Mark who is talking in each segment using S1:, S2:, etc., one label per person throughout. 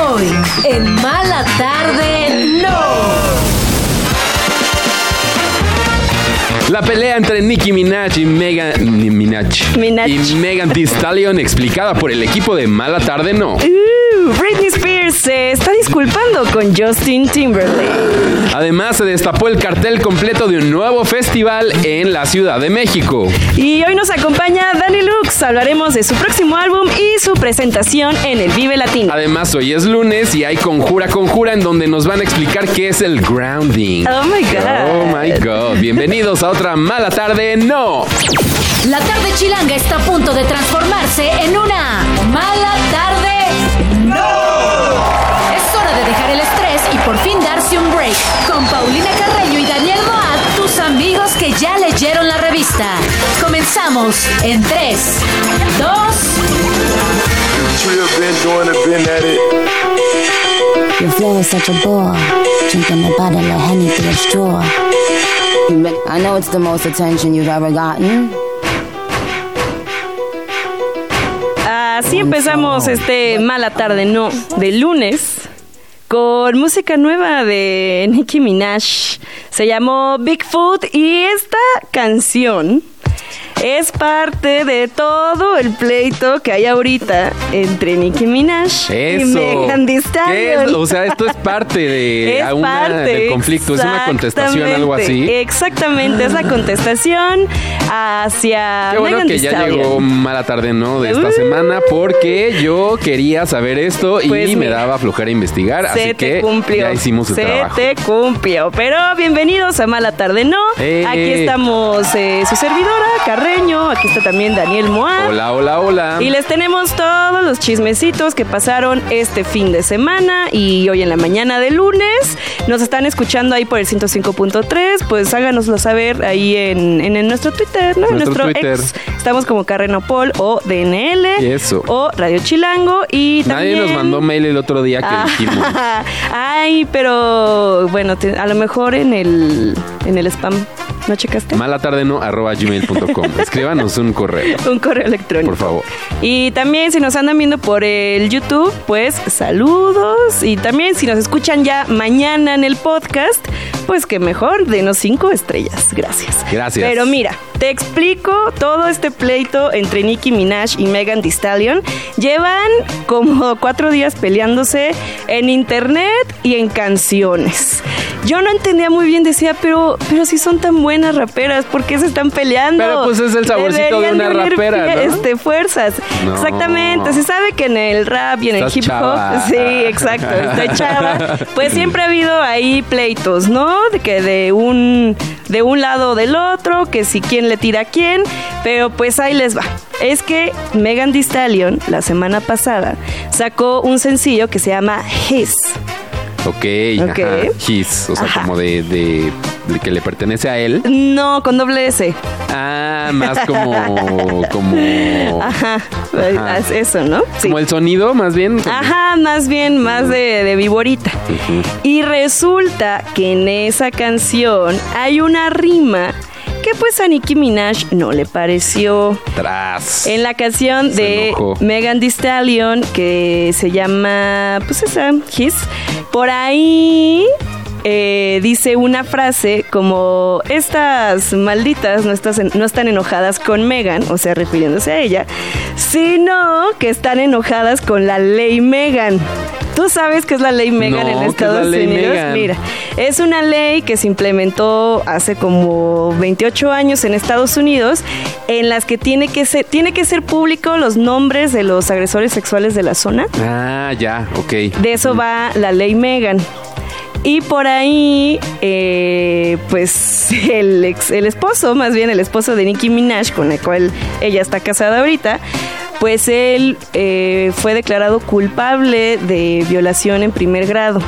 S1: hoy en Mala Tarde No.
S2: La pelea entre Nicki Minaj y Megan ni- Minaj,
S3: Minaj.
S2: y Megan Thee Stallion explicada por el equipo de Mala Tarde No.
S3: Uh, Britney Spears se está disculpando con Justin Timberlake.
S2: Además se destapó el cartel completo de un nuevo festival en la Ciudad de México.
S3: Y hoy nos acompaña Danny Lux. Hablaremos de su próximo álbum y su presentación en el Vive Latino.
S2: Además hoy es lunes y hay conjura conjura en donde nos van a explicar qué es el grounding.
S3: Oh my God.
S2: Oh my god. Bienvenidos a otra Mala Tarde No.
S1: La tarde chilanga está a punto de transformarse en una Mala Tarde No. Es hora de dejar el estrés y por fin darse un break. Con Paulina Carreño y Daniel Moat, tus amigos que ya leyeron la revista. Comenzamos en 3, 2,
S4: Trill been doing it, been at it.
S5: Your flow is such a bore. Drinking the bottle like honey through a straw. I know it's the most attention you've ever gotten.
S3: Así empezamos este Mala Tarde No de lunes con música nueva de Nicki Minaj. Se llamó Bigfoot y esta canción es parte de todo el pleito que hay ahorita entre Nicki Minaj y
S2: Eso.
S3: Megan Thee
S2: ¿Qué
S3: Stallion.
S2: es? O sea, esto es parte de
S3: Es
S2: a una-
S3: parte,
S2: del conflicto, es una contestación, algo así.
S3: exactamente, Exactamente, es la contestación hacia
S2: Qué bueno
S3: Megan
S2: que
S3: Thee
S2: ya
S3: Stallion.
S2: llegó mala tarde, ¿no? De esta
S3: Uh.
S2: semana, porque yo quería saber esto y
S3: Pues
S2: me
S3: mira,
S2: daba flojera investigar,
S3: Se te
S2: así que
S3: cumplió.
S2: ya hicimos el
S3: Se
S2: trabajo.
S3: te cumplió. Pero bienvenidos a Mala Tarde No.
S2: Eh.
S3: Aquí estamos eh, su servidora, Carreño. Aquí está también Daniel Moa.
S2: Hola, hola, hola.
S3: Y les tenemos todos los chismecitos que pasaron este fin de semana y hoy en la mañana de lunes. Nos están escuchando ahí por el 105.3. Pues háganoslo saber ahí en, en- en nuestro Twitter, ¿no? En
S2: Nuestro Twitter.
S3: ex. Estamos como Carrenopol o DNL.
S2: Y eso.
S3: O Radio Chilango. Y
S2: Nadie
S3: también...
S2: nos mandó mail el otro día que
S3: Ah,
S2: dijimos.
S3: Ay, pero bueno, te- a lo mejor en el, en el spam. ¿No checaste?
S2: Malatardeno arroba gmail.com. Escríbanos un correo,
S3: Un correo electrónico.
S2: por favor.
S3: Y también si nos andan viendo por el YouTube, pues saludos. Y también si nos escuchan ya mañana en el podcast, pues que mejor, denos cinco estrellas. Gracias.
S2: Gracias.
S3: Pero mira, te explico todo este pleito entre Nicki Minaj y Megan Thee Stallion. Llevan como cuatro días peleándose en internet y en canciones. Yo no entendía muy bien, decía, pero, pero si son tan buenas raperas, ¿por qué se están peleando?
S2: Pero, pues, es el saborcito de
S3: Deberían
S2: una
S3: unir
S2: rapera,
S3: fie-
S2: ¿no?
S3: este, de fuerzas.
S2: No.
S3: Exactamente. Se sabe que en el rap y en el
S2: Estás
S3: hip hop.
S2: chava.
S3: Sí, exacto. Estoy chava. Pues siempre ha habido ahí pleitos, ¿no? De que de un, de un lado o del otro, que si quién le tira a quién. Pero pues ahí les va. Es que Megan Thee Stallion, la semana pasada, sacó un sencillo que se llama His.
S2: Ok,
S3: Ok.
S2: ajá, his, o sea,
S3: Ajá.
S2: como de, de- de que le pertenece a él.
S3: No, con doble S.
S2: Ah, más como, como,
S3: Ajá.
S2: Ajá.
S3: Es Eso, ¿no? Sí.
S2: como el sonido, más bien. como-
S3: Ajá, más bien, más de, de viborita. Y resulta que en esa canción hay una rima que pues a Nicki Minaj no le pareció.
S2: Tras.
S3: En la canción
S2: Se
S3: de
S2: enojó.
S3: Megan Thee Stallion, que se llama, pues esa, His, por ahí eh, dice una frase como, estas malditas no, estás en- no están enojadas con Megan, o sea, refiriéndose a ella, sino que están enojadas con la ley Megan. ¿Tú sabes qué es la ley Megan
S2: No, ¿qué
S3: en
S2: es
S3: Estados
S2: la ley
S3: Unidos?
S2: Megan?
S3: Mira, es una ley que se implementó hace como 28 años en Estados Unidos, en las que tiene que ser, tiene que ser público los nombres de los agresores sexuales de la zona.
S2: Ah, ya, ok.
S3: De eso va la ley Megan. Y por ahí, eh, pues el, ex- el esposo, más bien el esposo de Nicki Minaj, con el cual ella está casada ahorita, pues él eh, fue declarado culpable de violación en primer grado.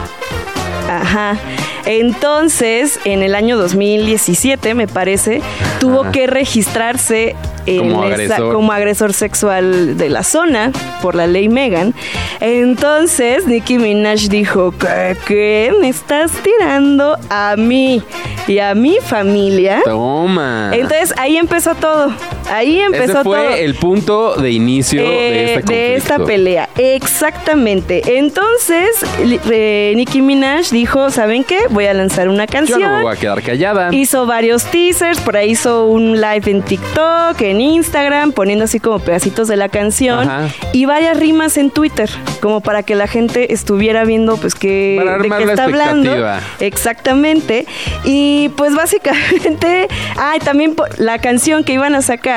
S3: Ajá. Entonces, en el año 2017, me parece, tuvo que registrarse en
S2: Como
S3: esa-
S2: agresor.
S3: como agresor sexual de la zona por la ley Megan. Entonces Nicki Minaj dijo, ¿qué? qué? ¿Me estás tirando a mí y a mi familia?
S2: Toma.
S3: Entonces ahí empezó todo. Ahí empezó
S2: Ah. Ese fue
S3: todo.
S2: el punto de inicio de
S3: Eh,
S2: este conflicto.
S3: de esta pelea, exactamente. Entonces, li- eh, Nicki Minaj dijo, ¿saben qué? Voy a lanzar una
S2: Yo
S3: canción.
S2: no me voy a quedar callada.
S3: Hizo varios teasers, por ahí hizo un live en TikTok, en Instagram, poniendo así como pedacitos de la canción
S2: Ajá.
S3: y varias rimas en Twitter, como para que la gente estuviera viendo pues qué,
S2: Para
S3: de
S2: armar
S3: qué
S2: la
S3: está hablando.
S2: expectativa.
S3: Exactamente. Y pues básicamente, ay, también po- la canción que iban a sacar,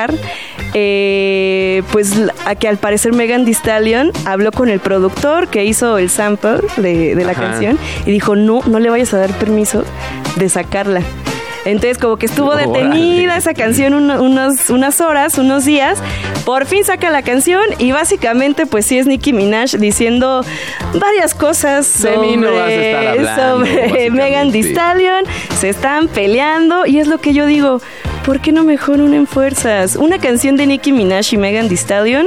S3: eh, pues la- a que al parecer Megan Thee Stallion habló con el productor que hizo el sample de, de la
S2: Ajá.
S3: canción y dijo, no, no le vayas a dar permiso de sacarla. Entonces como que estuvo
S2: Órale.
S3: detenida esa canción uno- unos- unas horas, unos días. Por fin saca la canción y básicamente pues sí es Nicki Minaj diciendo varias cosas
S2: De mí no vas a estar hablando,
S3: sobre
S2: básicamente.
S3: Megan Thee Stallion, se están peleando y es lo que yo digo, ¿por qué no mejor unen fuerzas? Una canción de Nicki Minaj y Megan Thee Stallion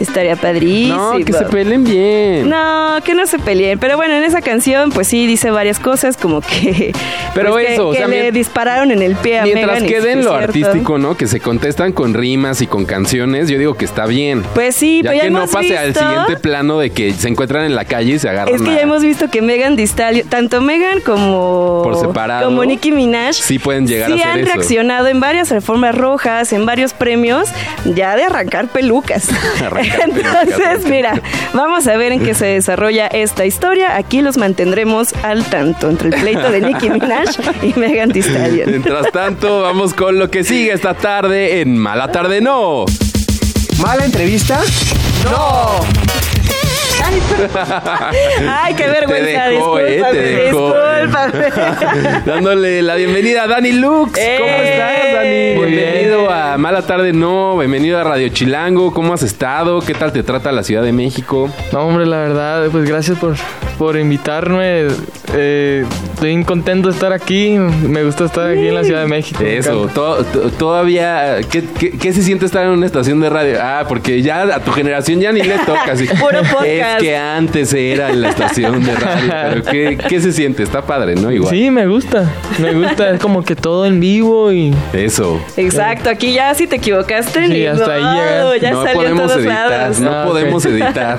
S3: estaría padrísimo.
S2: no, que se peleen bien.
S3: No, que no se peleen. Pero bueno, en esa canción, pues sí, dice varias cosas, como que.
S2: Pero
S3: pues, que-
S2: eso, o
S3: que,
S2: sea,
S3: le
S2: mien-
S3: dispararon en el pie a
S2: Mientras
S3: Megan y sí
S2: queden
S3: es
S2: lo
S3: cierto.
S2: artístico, ¿no? Que se contestan con rimas y con canciones, yo digo que está bien.
S3: Pues sí,
S2: ya
S3: pero ya
S2: que no
S3: hemos
S2: pase al
S3: visto-
S2: siguiente plano de que se encuentran en la calle y se agarran.
S3: Es que
S2: a-
S3: ya hemos visto que Megan Thee Stallion, tanto Megan como
S2: Por separado,
S3: como Nicki Minaj,
S2: sí pueden llegar a
S3: sí
S2: hacer
S3: han
S2: eso.
S3: reaccionado en varias reformas rojas, en varios premios, ya de arrancar pelucas.
S2: Arrancar pelucas,
S3: Entonces,
S2: arrancar
S3: mira, vamos a ver en qué se desarrolla esta historia. Aquí los mantendremos al tanto entre el pleito de Nicki Minaj y Megan Thee Stallion.
S2: Mientras tanto, vamos con lo que sigue esta tarde en Mala Tarde No.
S6: ¿Mala entrevista?
S3: Ay, qué vergüenza,
S2: Te dejó, eh,
S3: discúlpame,
S2: te dejó.
S3: discúlpame.
S2: Dándole la bienvenida a Dani Lux. ¿Cómo
S3: ¡Eh!
S2: estás, Dani?
S6: Muy bien.
S2: Bienvenido a Mala Tarde No. Bienvenido a Radio Chilango. ¿Cómo has estado? ¿Qué tal te trata la Ciudad de México?
S6: No, hombre, la verdad, pues gracias por, por invitarme. Eh, estoy bien contento de estar aquí. Me gusta estar aquí en la Ciudad de México. me
S2: Eso,
S6: encanta.
S2: to- to- todavía, ¿qué, qué, qué se siente estar en una estación de radio? Ah, porque ya a tu generación ya ni le toca. así.
S3: Puro podcast.
S2: Es que antes era en la estación de radio. Pero ¿qué, qué se siente? Está padre, ¿no? Igual.
S6: Sí, me gusta. Me gusta. es como que todo en vivo y.
S2: Eso.
S3: Exacto, aquí ya si te equivocaste,
S6: Sí,
S3: ni
S6: hasta ahí
S3: modo,
S6: llegaste.
S3: ya
S2: no
S3: salió en
S2: podemos
S3: todos
S2: editar,
S3: lados.
S2: no
S6: Ah, ok.
S2: podemos editar.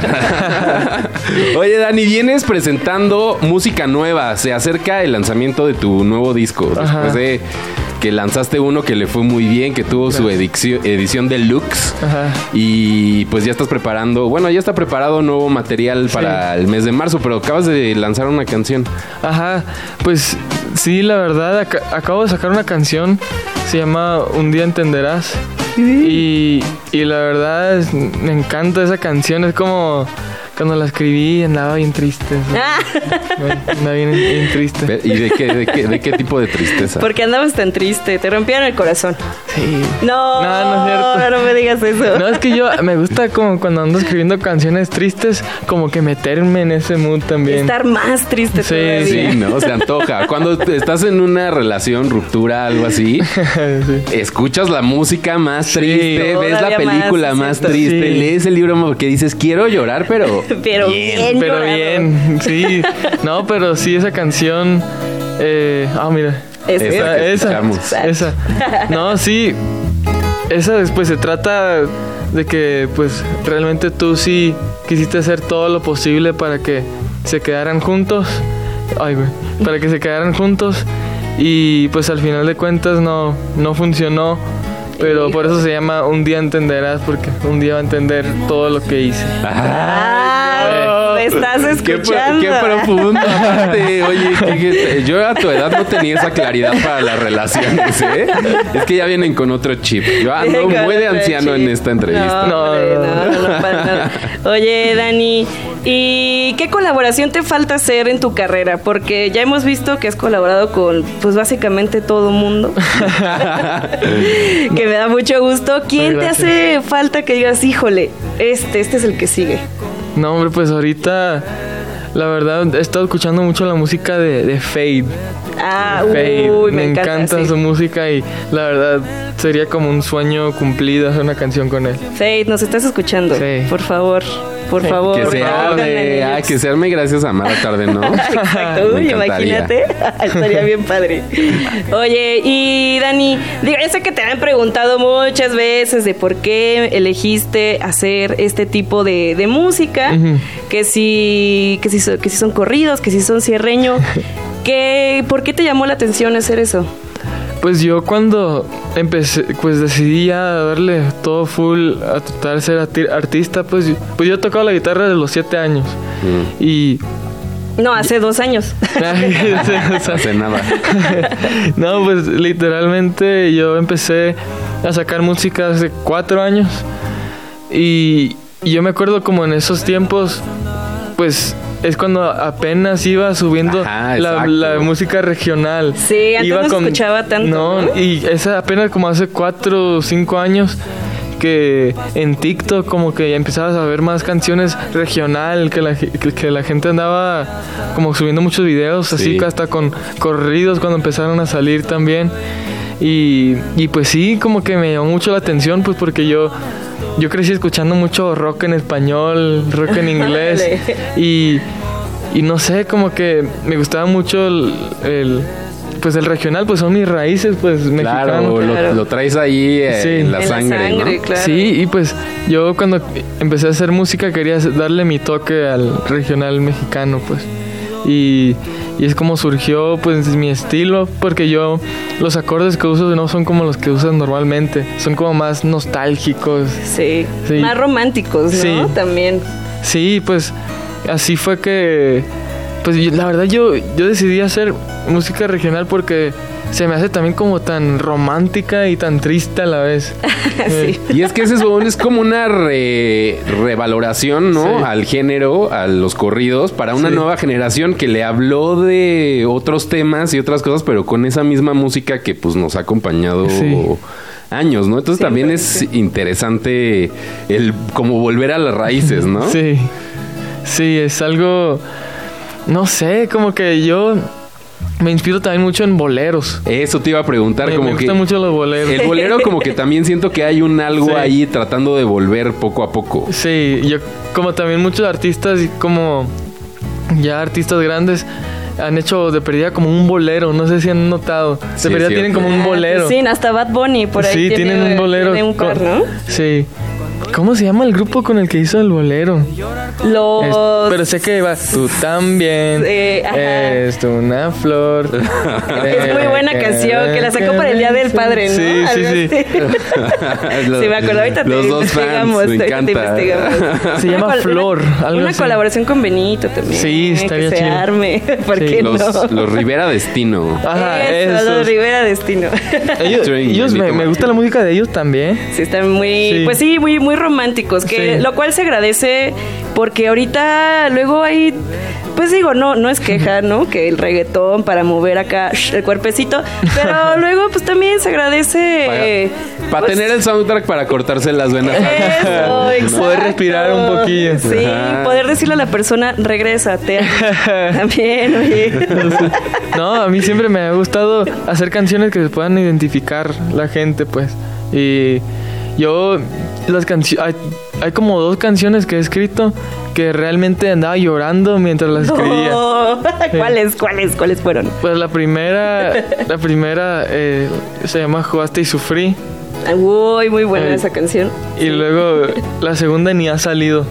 S2: Oye, Dani, vienes presentando música nueva. Se acerca el lanzamiento de tu nuevo disco.
S6: Ajá.
S2: Después de que lanzaste uno que le fue muy bien, que tuvo su ediccio- edición deluxe.
S6: Ajá.
S2: Y pues ya estás preparando, bueno, ya está preparado nuevo material para el mes de marzo, pero acabas de lanzar una canción.
S6: Ajá. Pues sí, la verdad, ac- acabo de sacar una canción. Se llama Un día entenderás. Y, y la verdad, es- me encanta esa canción. Es como. Cuando la escribí andaba bien triste.
S3: Ah.
S6: Andaba bien, bien triste.
S2: Ve- ¿Y de qué, de qué, de qué tipo de tristeza?
S3: Porque andabas tan triste, te rompieron el corazón.
S6: Sí.
S3: No,
S6: No, no es cierto.
S3: no me digas eso.
S6: No, es que yo me gusta como cuando ando escribiendo canciones tristes, como que meterme en ese mood también.
S3: Estar más triste
S6: Sí,
S3: todavía.
S2: Sí, ¿no? Se antoja. Cuando te- estás en una relación, ruptura, algo así,
S6: Sí.
S2: escuchas la música más triste, ves la
S3: Todavía más,
S2: película
S3: es
S2: más,
S3: cierto.
S2: triste,
S6: Sí.
S2: lees el libro porque dices, quiero llorar, pero...
S3: Pero bien,
S6: Pero
S3: llorado.
S6: bien, sí. No, pero sí, esa canción. eh, Ah, mira.
S3: Es-
S2: Esa que escuchamos.
S6: esa, esa. No, sí. Esa después se trata de que, pues, realmente tú sí quisiste hacer todo lo posible para que se quedaran juntos. Ay, güey. Para que se quedaran juntos. Y pues al final de cuentas no, no funcionó. Pero por eso se llama Un día entenderás, porque un día va a entender todo lo que hice.
S3: Ah, me estás
S2: Qué, pro-
S3: escuchando.
S2: qué profundo. aparte. Oye, qué- qué- yo a tu edad no tenía esa claridad para las relaciones, ¿eh? Es que ya vienen con otro chip. Yo ando
S3: Con
S2: muy de
S3: otro
S2: Ah, anciano
S3: chip.
S2: en esta entrevista.
S3: No,
S6: No,
S3: hombre,
S6: no,
S3: no,
S6: no.
S3: no, no, para nada. Oye, Dani, ¿y qué colaboración te falta hacer en tu carrera? Porque ya hemos visto que has colaborado con, pues básicamente todo mundo. que me da mucho gusto. ¿Quién te
S6: Gracias.
S3: hace falta que digas, híjole, este, este es el que sigue?
S6: No, hombre, pues ahorita la verdad he estado escuchando mucho la música de, de Fade.
S3: Ah,
S6: Fade.
S3: uy, me,
S6: me,
S3: encanta. sí.
S6: su música y la verdad sería como un sueño cumplido hacer una canción con él.
S3: Fate, nos estás escuchando.
S6: Sí.
S3: Por favor, por favor.
S2: Que se
S3: háganle
S2: arme,
S3: niños.
S2: ay, que se arme gracias a Mala Tarde, ¿no?
S3: Exacto,
S2: Me
S3: uy,
S2: encantaría.
S3: imagínate. Estaría bien padre. Oye, y Dani, digo, yo sé que te han preguntado muchas veces de por qué elegiste hacer este tipo de, de música,
S6: Ujú.
S3: que, si, que, si, so- que si son corridos, que si son cierreño. ¿Qué, ¿Por qué te llamó la atención hacer eso?
S6: Pues yo cuando empecé, pues decidí ya darle todo full a tratar de ser arti- artista, pues, yo- pues yo tocaba la guitarra desde los siete años. Y...
S3: No, hace dos años.
S6: O sea,
S2: Hace nada.
S6: No, pues literalmente yo empecé a sacar música hace cuatro años y, y yo me acuerdo como en esos tiempos, pues es cuando apenas iba subiendo
S2: Ajá,
S6: la,
S2: exacto.
S6: la música regional.
S3: Sí, antes no se escuchaba tanto, ¿no?
S6: No, y es apenas como hace cuatro o cinco años que en TikTok como que ya empezabas a ver más canciones regional, que la, ge- que, que la gente andaba como subiendo muchos videos, así
S2: Sí.
S6: que hasta con corridos cuando empezaron a salir también. Y, y pues sí, como que me llamó mucho la atención, pues porque yo, yo crecí escuchando mucho rock en español, rock en inglés, y, y no sé, como que me gustaba mucho el... el- pues el regional, pues son mis raíces, pues mexicanas.
S2: Claro,
S3: Claro.
S2: Lo, lo traes ahí eh,
S6: Sí.
S2: en la
S3: En la
S2: sangre,
S3: sangre,
S2: ¿no?
S3: claro.
S6: Sí, y pues yo cuando empecé a hacer música quería darle mi toque al regional mexicano, pues. Y, y es como surgió pues mi estilo, porque yo los acordes que uso no son como los que usas normalmente, son como más nostálgicos.
S3: Sí.
S6: Sí.
S3: Más románticos, ¿no?
S6: Sí.
S3: También.
S6: Sí, pues así fue que, pues yo- la verdad yo, yo decidí hacer música regional porque se me hace también como tan romántica y tan triste a la vez.
S3: Sí.
S2: Y es que ese son, es como una re- revaloración, ¿no?
S6: Sí.
S2: Al género, a los corridos, para una
S6: Sí.
S2: nueva generación que le habló de otros temas y otras cosas, pero con esa misma música que pues nos ha acompañado
S6: Sí.
S2: años, ¿no? Entonces también es interesante el como volver a las raíces, ¿no?
S6: Sí, sí, es algo, no sé, como que yo me inspiro también mucho en boleros.
S2: Eso te iba a preguntar,
S6: Me,
S2: como
S6: me
S2: que
S6: gustan mucho los boleros.
S2: el bolero como que también siento que hay un algo
S6: Sí.
S2: ahí tratando de volver poco a poco.
S6: Sí, yo como también muchos artistas, y como ya artistas grandes, han hecho de perdida como un bolero, no sé si han notado. De
S2: Sí, es
S6: perdida
S2: cierto.
S6: tienen como un
S3: Ah,
S6: bolero.
S3: Sí, hasta Bad Bunny por ahí.
S6: sí,
S3: tiene,
S6: tienen un bolero.
S3: tiene un
S6: con-
S3: par, ¿no?
S6: Sí. ¿Cómo se llama el grupo con el que hizo el bolero?
S3: Los.
S6: Es- pero sé que va. Tú también.
S3: Eh, ajá.
S6: es una flor. Eh,
S3: Es muy buena canción, que la sacó para el Día del Padre, ¿no?
S6: Sí, sí,
S3: Algo
S6: sí.
S3: así. Sí, me acuerdo. Ahorita te
S2: Los dos
S3: investigamos.
S2: fans, me
S3: ahorita te
S2: encanta.
S3: investigamos.
S6: Se llama
S3: col-
S6: Flor, algo
S3: una
S6: así.
S3: colaboración con Benito también. ¿eh?
S6: Sí, estaría
S3: que se
S6: chido.
S3: arme. ¿Por
S6: Sí.
S3: qué no?
S2: Los, los Rivera Destino.
S6: Ajá,
S3: Eso,
S6: esos.
S3: los Rivera Destino.
S6: Ellos,
S2: Featuring
S6: ellos me,
S2: Benito
S6: me gusta
S2: Martínez.
S6: la música de ellos también.
S3: Sí, están muy,
S6: Sí.
S3: pues sí, muy, muy románticos, que
S6: Sí.
S3: lo cual se agradece porque ahorita luego hay, pues digo, no, no es queja, ¿no? Que el reggaetón para mover acá sh, el cuerpecito, pero luego pues también se agradece.
S2: Para,
S3: eh,
S2: para
S3: pues,
S2: tener el soundtrack para cortarse las venas.
S3: eso, exacto.
S6: Poder respirar un poquillo.
S3: Sí,
S2: Ajá.
S3: poder decirle a la persona, regrésate. También, oye.
S6: No, a mí siempre me ha gustado hacer canciones que se puedan identificar la gente, pues. Y yo, las canciones. Hay, hay como dos canciones que he escrito que realmente andaba llorando mientras las escribía.
S3: No. ¿Cuáles, cuáles, cuáles fueron?
S6: Pues la primera, la primera eh, se llama Jugaste y Sufrí.
S3: Uy, muy buena
S6: Eh,
S3: esa canción.
S6: Y luego la segunda ni ha salido.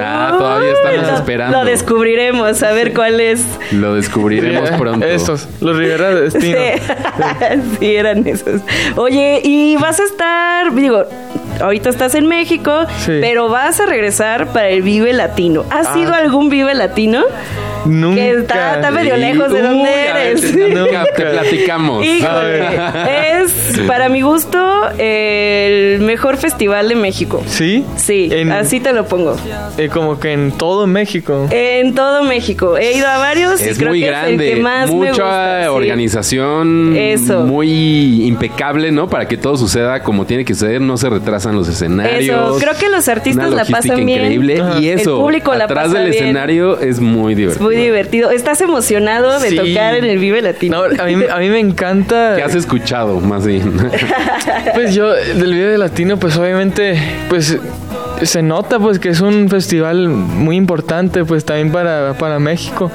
S2: Ah, todavía estamos
S3: Uy, lo-
S2: esperando.
S3: Lo descubriremos, a ver cuál es.
S2: Lo descubriremos
S6: Eh,
S2: pronto.
S6: Esos, los Rivera
S3: Sí.
S6: Destino.
S3: Sí, eran esos. Oye, y vas a estar, digo, ahorita estás en México,
S6: Sí.
S3: pero vas a regresar para el Vive Latino. ¿Has
S6: Ah.
S3: ido a algún Vive Latino?
S6: Nunca.
S3: Que está- está medio
S2: Sí.
S3: lejos de
S2: Uy,
S3: donde
S2: a ver,
S3: eres.
S2: te- nunca
S6: Sí.
S2: te platicamos.
S3: Híjole, es para mi gusto el mejor festival de México.
S6: ¿Sí?
S3: Sí,
S6: En-
S3: así te lo pongo.
S6: eh, como que en todo México.
S3: En todo México. He ido a varios y
S2: Es
S3: creo
S2: muy
S3: que
S2: grande,
S3: es el que más me
S2: mucha
S3: gusta. sí.
S2: organización,
S3: Eso.
S2: muy impecable, ¿no? Para que todo suceda como tiene que suceder, no se retrasan los escenarios.
S3: Eso, creo que los artistas
S2: Una
S3: la
S2: logística
S3: pasan bien.
S2: increíble
S3: Ajá.
S2: y
S3: El
S2: eso
S3: público la
S2: atrás
S3: pasa
S2: del
S3: bien.
S2: escenario es muy
S3: Es
S2: divertido.
S3: muy divertido. ¿Estás emocionado de
S6: Sí.
S3: tocar en el Vive Latino?
S6: No, a, mí, a mí me encanta.
S2: ¿Qué has escuchado, más bien?
S6: Pues yo, del video de latino, pues obviamente, pues se nota pues que es un festival muy importante pues también para, para México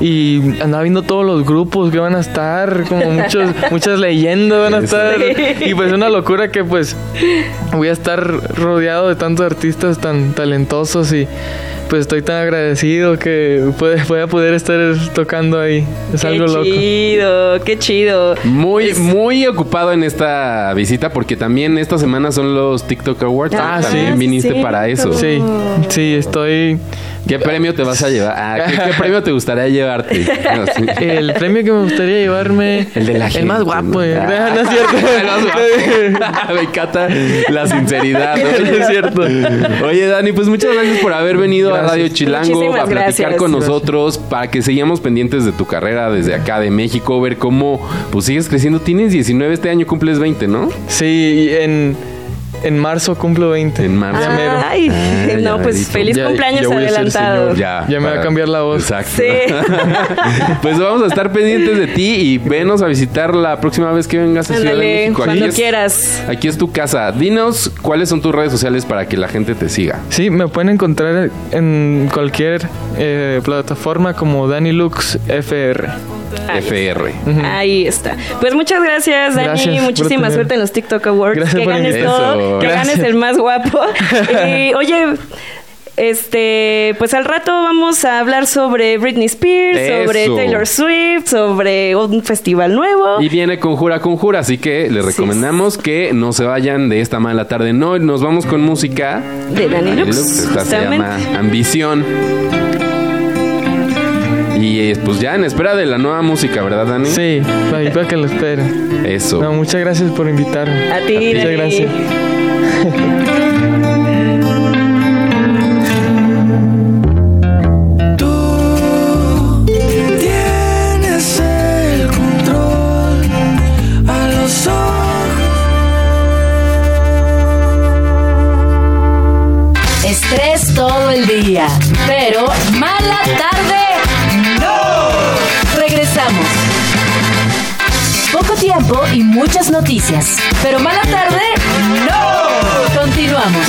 S6: y andaba viendo todos los grupos que van a estar como muchos muchas leyendas van a estar y pues una locura que pues voy a estar rodeado de tantos artistas tan talentosos y pues estoy tan agradecido que puede, voy a poder estar tocando ahí es
S3: qué
S6: algo loco
S3: chido, qué chido.
S2: Muy, muy ocupado en esta visita porque también esta semana son los TikTok Awards.
S6: Ah,
S2: ¿no?
S6: sí.
S2: también viniste
S3: cierto.
S2: para eso.
S6: sí
S3: Mm.
S6: sí estoy
S2: ¿Qué premio te vas a llevar? Ah, ¿qué, qué premio te gustaría llevarte? No, sí.
S6: El premio que me gustaría llevarme.
S2: El de la gente.
S6: El más guapo. eh.
S2: Ah.
S6: No es cierto.
S2: El más guapo. Me encanta la sinceridad. ¿no?
S6: Es cierto.
S2: Oye, Dani, pues muchas gracias por haber venido
S6: Gracias.
S2: a Radio Chilango
S3: Muchísimas
S2: a platicar
S3: gracias.
S2: con
S3: Gracias.
S2: nosotros para que sigamos pendientes de tu carrera desde acá de México, ver cómo pues sigues creciendo. Tienes 19 este año, cumples 20, ¿no?
S6: Sí, y en, en marzo cumplo 20.
S2: En marzo.
S6: Ya mero.
S3: Ay,
S2: Ah, ya
S3: no, pues
S2: merito.
S3: feliz
S6: Ya-
S3: cumpleaños
S6: ya voy a ser
S3: adelantado.
S6: señor
S2: Ya,
S6: Ya me va a cambiar la voz.
S2: Exacto.
S3: Sí.
S2: pues vamos a estar pendientes de ti y venos a visitar la próxima vez que vengas a Ciudad de
S3: Ándale,
S2: México. Aquí
S3: cuando
S2: es-
S3: quieras.
S2: Aquí es tu casa. Dinos cuáles son tus redes sociales para que la gente te siga.
S6: Sí, me pueden encontrar en cualquier eh, plataforma como Danny Lux FR.
S3: Ahí
S2: FR.
S3: Ahí está. Pues muchas gracias, Dani.
S6: Gracias por
S3: Muchísima
S6: tener-
S3: suerte en los TikTok Awards.
S6: Gracias
S3: que
S6: por
S3: ganes
S2: invitarme.
S3: todo.
S2: Eso.
S3: Que
S6: Gracias.
S3: ganes el más guapo. Y, oye, este, pues al rato vamos a hablar sobre Britney Spears, sobre
S2: Eso.
S3: Taylor Swift, sobre un festival nuevo.
S2: Y viene Conjura Conjura, así que les recomendamos que no se vayan de esta mala tarde. No, nos vamos con música.
S3: De Dani Lux,
S2: Esta se
S3: justamente.
S2: llama Ambición. Y eh, pues ya en espera de la nueva música, ¿verdad, Dani?
S6: Sí, ahí para que lo esperen.
S2: Eso.
S6: No, muchas gracias por invitarme.
S3: A ti,
S6: Muchas
S3: Dani.
S6: gracias.
S7: Tú tienes el control a los ojos.
S1: Estrés todo el día, pero mala tarde. ¡No! Regresamos. Poco tiempo y muchas noticias, pero mala tarde. ¡No! Continuamos.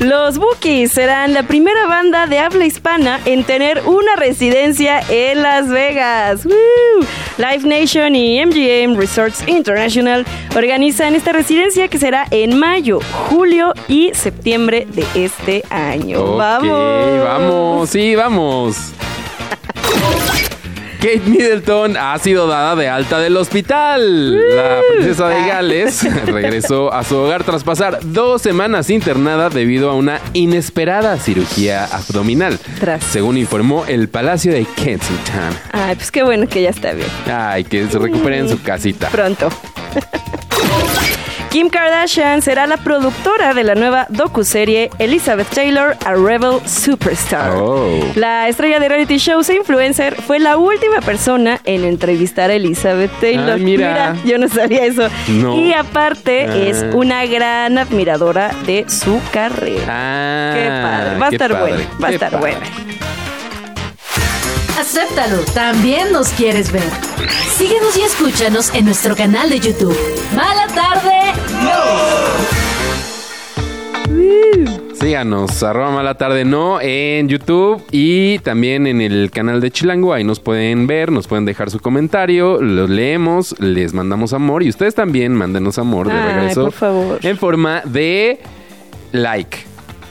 S3: Los Bookies serán la primera banda de habla hispana en tener una residencia en Las Vegas. ¡Woo! Live Nation y MGM Resorts International organizan esta residencia que será en mayo, julio y septiembre de este año.
S2: Ok,
S3: vamos.
S2: vamos, sí, vamos. Kate Middleton ha sido dada de alta del hospital. La princesa de
S3: Ah.
S2: Gales regresó a su hogar tras pasar dos semanas internada debido a una inesperada cirugía abdominal,
S3: Tras.
S2: según informó el Palacio de Kensington.
S3: Ay, pues qué bueno que ya está bien.
S2: Ay, que se recupere en su casita.
S3: Pronto. Kim Kardashian será la productora de la nueva docuserie Elizabeth Taylor, A Rebel Superstar.
S2: Oh.
S3: La estrella de reality shows e influencer fue la última persona en entrevistar a Elizabeth Taylor.
S2: Ay, mira.
S3: yo no sabía eso.
S2: No.
S3: Y aparte
S2: Ah.
S3: es una gran admiradora de su carrera.
S2: Ah,
S3: qué padre. Va a
S2: qué
S3: estar
S2: padre,
S3: bueno. Va a
S2: qué
S3: estar
S2: padre.
S3: bueno.
S1: Acéptalo, también nos quieres ver. Síguenos y escúchanos en nuestro canal de YouTube. Mala tarde.
S2: Síganos, arroba mala tarde no en YouTube y también en el canal de Chilango. Ahí nos pueden ver, nos pueden dejar su comentario, lo leemos, les mandamos amor y ustedes también mándenos amor de
S3: Ay,
S2: regreso.
S3: por favor.
S2: En forma de like.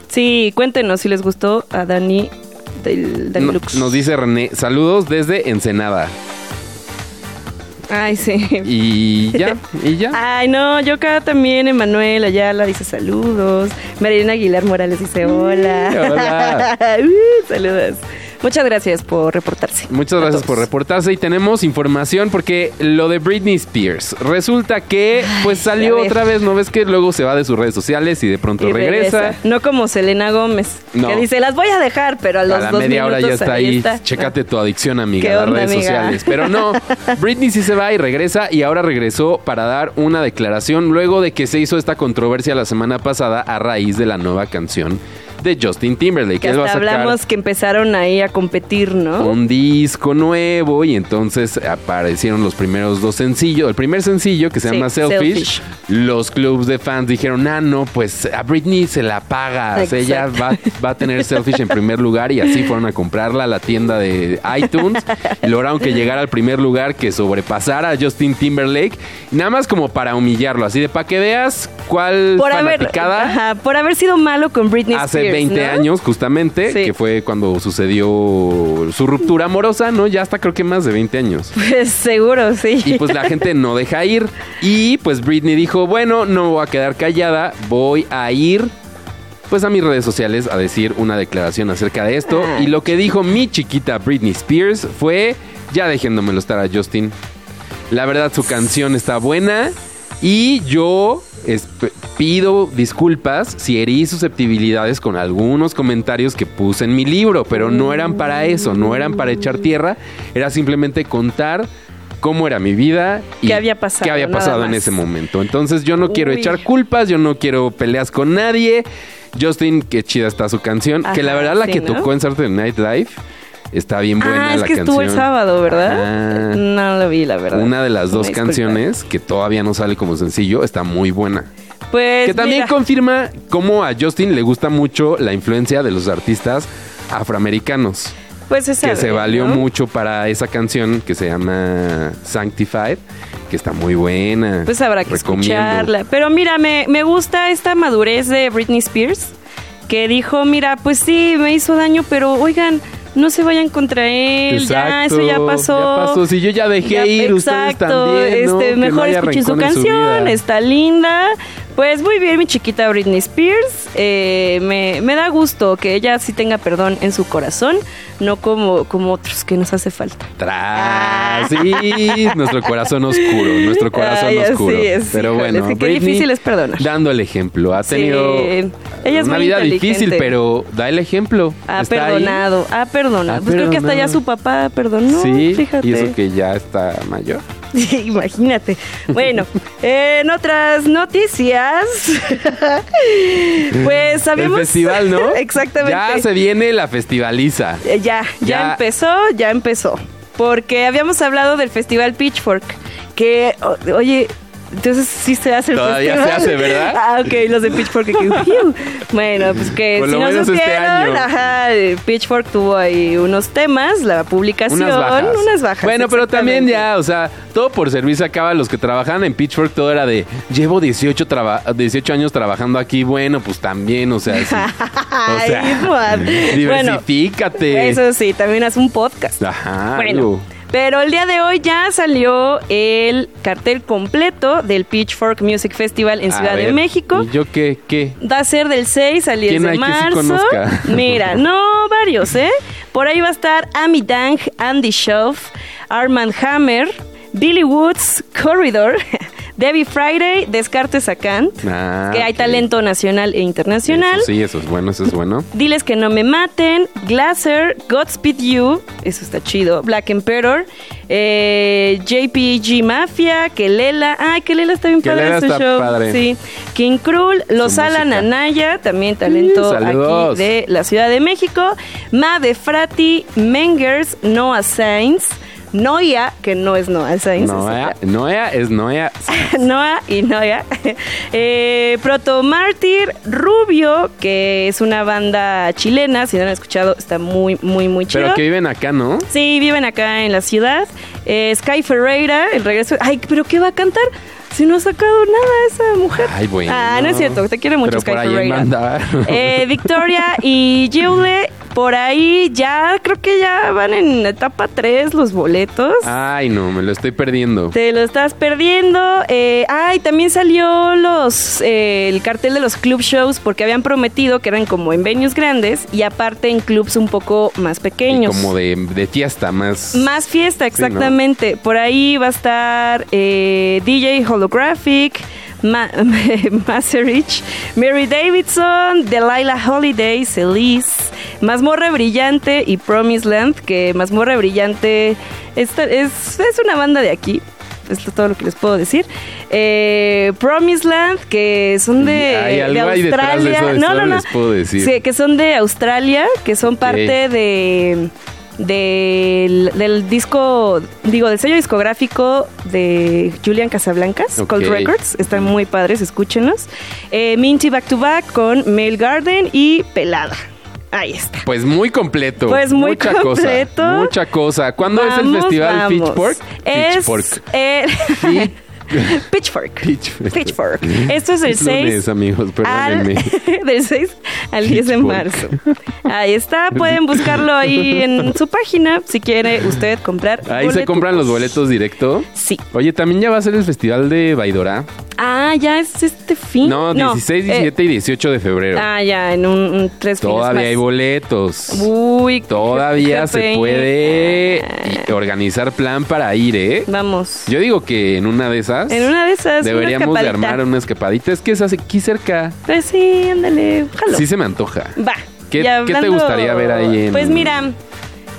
S3: Sí, cuéntenos si les gustó a Dani del, del
S2: No-
S3: Lux.
S2: nos dice René, saludos desde Ensenada.
S3: Ay, sí.
S2: Y ya, y ya.
S3: Ay, no, yo acá también, Emanuel Ayala dice saludos. Marilena Aguilar Morales dice hola.
S2: Mm, hola.
S3: Uh, saludos. Muchas gracias por reportarse.
S2: Muchas
S3: A
S2: gracias por
S3: todos.
S2: reportarse y tenemos información porque lo de Britney Spears resulta que pues
S3: a
S2: salió
S3: ver.
S2: otra vez, ¿no ves que luego se va de sus redes sociales y de pronto
S3: Y
S2: regresa.
S3: No como Selena Gómez,
S2: No.
S3: que dice, las voy a dejar, pero a los
S2: a la
S3: dos
S2: media hora ya
S3: minutos
S2: está ahí.
S3: está.
S2: Chécate tu adicción, amiga,
S3: ¿Qué
S2: a las
S3: onda,
S2: redes
S3: amiga?
S2: sociales. Pero no, Britney sí se va y regresa y ahora regresó para dar una declaración luego de que se hizo esta controversia la semana pasada a raíz de la nueva canción de Justin Timberlake.
S3: Que
S2: Él va a
S3: hasta
S2: sacar
S3: hablamos que empezaron ahí a competir, ¿no?
S2: un disco nuevo y entonces aparecieron los primeros dos sencillos. El primer sencillo que se
S3: Sí,
S2: llama Selfish,
S3: Selfish.
S2: los clubs de fans dijeron, ah, no, pues a Britney se la pagas, ella va, va a tener Selfish en primer lugar y así fueron a comprarla a la tienda de iTunes. Y lograron que llegara al primer lugar que sobrepasara a Justin Timberlake, nada más como para humillarlo, así de para que veas cuál
S3: Por haber,
S2: fanaticada
S3: ajá, por haber sido malo con Britney
S2: hace
S3: Spears,
S2: 20
S3: ¿no?
S2: años justamente,
S3: Sí.
S2: que fue cuando sucedió su ruptura amorosa, ¿no? Ya hasta creo que más de 20 años.
S3: Pues seguro, sí.
S2: Y pues la gente no deja ir. Y pues Britney dijo, bueno, no voy a quedar callada, voy a ir pues a mis redes sociales a decir una declaración acerca de esto.
S3: Ah.
S2: Y lo que dijo mi chiquita Britney Spears fue, ya dejéndomelo estar a Justin. La verdad su canción está buena y yo esp- pido disculpas si herí susceptibilidades con algunos comentarios que puse en mi libro, pero no eran para eso, no eran para echar tierra, era simplemente contar cómo era mi vida y
S3: ¿Qué había pasado?
S2: qué había
S3: Nada
S2: pasado en
S3: más.
S2: ese momento. Entonces yo no quiero
S3: Uy.
S2: echar culpas, yo no quiero peleas con nadie. Justin, qué chida está su canción, que la
S3: Ajá,
S2: verdad la
S3: sí,
S2: que
S3: ¿no?
S2: tocó en Saturday Night Live está bien buena
S3: ah, es
S2: la
S3: que estuvo el
S2: canción.
S3: sábado, ¿verdad?
S2: Ajá.
S3: No lo vi, la verdad.
S2: Una de las
S3: Una
S2: dos
S3: disculpa.
S2: canciones que todavía no sale como sencillo está muy buena.
S3: Pues
S2: que también
S3: mira,
S2: confirma cómo a Justin le gusta mucho la influencia de los artistas afroamericanos.
S3: pues se
S2: Que
S3: sabe,
S2: se valió
S3: ¿no?
S2: mucho para esa canción que se llama Sanctified, que está muy buena.
S3: Pues habrá que
S2: Recomiendo.
S3: escucharla. Pero mira, me, me gusta esta madurez de Britney Spears, que dijo, mira, pues sí, me hizo daño, pero oigan, no se vayan contra él, ya,
S2: Exacto,
S3: eso ya pasó.
S2: Ya pasó. Si yo ya dejé
S3: Ya,
S2: ir, ustedes también. ¿no?
S3: este,
S2: Que no
S3: mejor
S2: haya
S3: escuchen su
S2: rencor en
S3: canción,
S2: vida.
S3: está linda. Pues muy bien, mi chiquita Britney Spears. Eh, me, me da gusto que ella sí tenga perdón en su corazón, no como, como otros que nos hace falta.
S2: Tras, sí, nuestro corazón oscuro, nuestro corazón
S3: Ay, así
S2: oscuro.
S3: es,
S2: pero
S3: híjole,
S2: bueno,
S3: es que qué
S2: Britney,
S3: difícil es perdonar.
S2: Dando el ejemplo, ha
S3: Sí,
S2: tenido
S3: ella es
S2: una
S3: muy
S2: vida difícil,
S3: inteligente.
S2: pero da el ejemplo.
S3: Ha
S2: Está ahí.
S3: perdonado, ha perdonado.
S2: Ha
S3: pues creo que hasta ya
S2: perdonado.
S3: su papá perdonó.
S2: sí,
S3: fíjate.
S2: y eso que ya está mayor.
S3: Imagínate. Bueno, en otras noticias. pues
S2: El
S3: sabemos.
S2: festival, ¿no?
S3: Exactamente.
S2: Ya se viene la festivaliza.
S3: Eh, ya, ya,
S2: Ya.
S3: empezó, ya empezó. Porque habíamos hablado del festival Pitchfork, que, o- oye, entonces sí se hace el
S2: Todavía se
S3: festival.
S2: hace, ¿verdad?
S3: Ah, ok, los de Pitchfork. que- ¡Piu! bueno, pues que
S2: Por lo
S3: si no
S2: menos este
S3: supieron,
S2: año.
S3: ajá, Pitchfork tuvo ahí unos temas, la publicación,
S2: Unas bajas.
S3: unas bajas,
S2: Bueno, pero también
S3: exactamente.
S2: ya, o sea, todo por servicio acaba. Los que trabajaban en Pitchfork, todo era de, llevo 18, traba- 18 años trabajando aquí. Bueno, pues también, o sea, sí. o
S3: Ay, Juan. Bueno,
S2: diversifícate.
S3: Eso sí, también hace un podcast.
S2: Ajá.
S3: Bueno,
S2: algo.
S3: pero el día de hoy ya salió el cartel completo del Pitchfork Music Festival en
S2: A
S3: Ciudad de
S2: ver,
S3: México.
S2: ¿y yo qué? ¿Qué?
S3: Va a ser del 6 al 10
S2: ¿Quién
S3: de
S2: hay que sí
S3: marzo.
S2: conozca?
S3: Mira, no varios, ¿eh? Por ahí va a estar Amy Dang, Andy Schoff, Armand Hammer, Billy Woods, Corridor, Debbie Friday, Descartes Acant,
S2: Ah,
S3: que hay
S2: ok.
S3: talento nacional e internacional.
S2: Eso sí, eso es bueno, eso es bueno.
S3: Diles que no me maten, Glasser, Godspeed You, eso está chido, Black Emperor, eh, JPG Mafia, Kelela, ay, Kelela está bien padre
S2: Kelela
S3: su
S2: está
S3: show.
S2: padre.
S3: Sí. King Krul, Los Alan
S2: música.
S3: Anaya, también talento
S2: Mm, saludos.
S3: aquí de la Ciudad de México, Made Frati, Mengers, Noah Sainz, Noia, que no es Noah Sainz, es
S2: Noea,
S3: otra.
S2: Noea es Noea.
S3: Noah y Noia. Eh, Proto Mártir Rubio, que es una banda chilena, si no la han escuchado, está muy, muy, muy chido.
S2: Pero que viven acá, ¿no?
S3: Sí, viven acá en la ciudad. Eh, Sky Ferreira, el regreso. Ay, pero ¿qué va a cantar? Si no ha sacado nada esa mujer.
S2: Ay, bueno.
S3: Ah, no es cierto, te quiere mucho
S2: Pero
S3: Sky
S2: por ahí
S3: Ferreira.
S2: manda.
S3: Eh, Victoria y Yule, por ahí ya creo que ya van en etapa 3 los boletos.
S2: Ay, no, me lo estoy perdiendo.
S3: Te lo estás perdiendo. Eh, ay, también salió los eh, el cartel de los club shows porque habían prometido que eran como en venues grandes y aparte en clubs un poco más
S2: Y
S3: pequeños.
S2: como de, de fiesta, más.
S3: Más fiesta,
S2: Sí, ¿no?
S3: exactamente. Por ahí va a estar eh, DJ Holographic, Ma Maserich, Mary Davidson, Delilah Holiday, Celise, Mazmorra Brillante y Promised Land, que Mazmorra Brillante esta- es, es una banda de aquí. es todo lo que les puedo decir. Eh, Promised Land, que son de,
S2: Hay algo
S3: de
S2: ahí
S3: Australia.
S2: detrás de eso, eso
S3: no, no,
S2: no
S3: no.
S2: les puedo decir.
S3: Sí, eh, que son de Australia, que son parte de del- del disco, digo, del sello discográfico de Julian Casablancas,
S2: Ok.
S3: Cold Records. Están muy padres, escúchenlos. Eh, Minty Back to Back con Mail Garden y Pelada. Ahí está.
S2: Pues muy completo.
S3: Pues muy
S2: mucha
S3: completo.
S2: Cosa, mucha cosa. ¿Cuándo es el
S3: Vamos,
S2: festival
S3: vamos.
S2: Pitchfork?
S3: Es
S2: Pitchfork.
S3: el-
S2: Pitch-
S3: Pitchfork.
S2: Pitchfork.
S3: Pitchfork. Esto es el
S2: Es lunes,
S3: 6.
S2: amigos,
S3: al-
S2: perdónenme.
S3: del 6 al 10 de
S2: Pitchfork.
S3: marzo. Ahí está, pueden buscarlo ahí en su página si quiere usted comprar.
S2: Ahí se
S3: boletucos.
S2: compran los boletos directo.
S3: Sí.
S2: Oye, también ya va a ser el festival de Baidora.
S3: Ah, ya es este fin.
S2: No, 16,
S3: eh,
S2: 17 y 18 de febrero.
S3: ah, ya, en un, un tres fines
S2: Todavía
S3: más.
S2: hay boletos.
S3: Uy,
S2: Todavía se
S3: jefe.
S2: puede
S3: Ah,
S2: y- organizar plan para ir, ¿eh?
S3: Vamos.
S2: Yo digo que en una de esas.
S3: en una de esas. una
S2: Deberíamos de
S3: escapadita.
S2: armar una escapadita. Es que es aquí cerca.
S3: Pues sí, ándale, jalo.
S2: Sí se me antoja.
S3: Va.
S2: ¿Qué-
S3: Y
S2: qué te gustaría ver ahí en-
S3: Pues mira,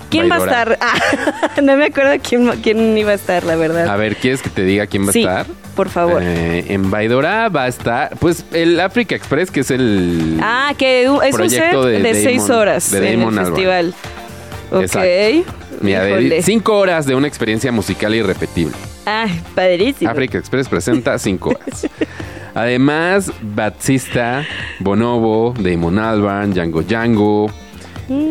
S3: ¿quién va a
S2: Baidora?
S3: estar? Ah, no me acuerdo quién, quién iba a estar, la verdad.
S2: A ver, ¿quieres que te diga quién Ah, va
S3: sí,
S2: a estar?
S3: por favor.
S2: Eh, en Baidora va a estar, pues, el Africa Express, que es el...
S3: ah, que es un set
S2: proyecto
S3: de,
S2: de Damon-
S3: seis horas
S2: de
S3: en el
S2: Damon Albarn.
S3: festival. Ok.
S2: Exacto. Mira, de
S3: Híjole.
S2: cinco horas de una experiencia musical irrepetible.
S3: Ay, padrísimo.
S2: Africa Express presenta cinco horas. Además, Batista, Bonobo, Damon Albarn, Django Django.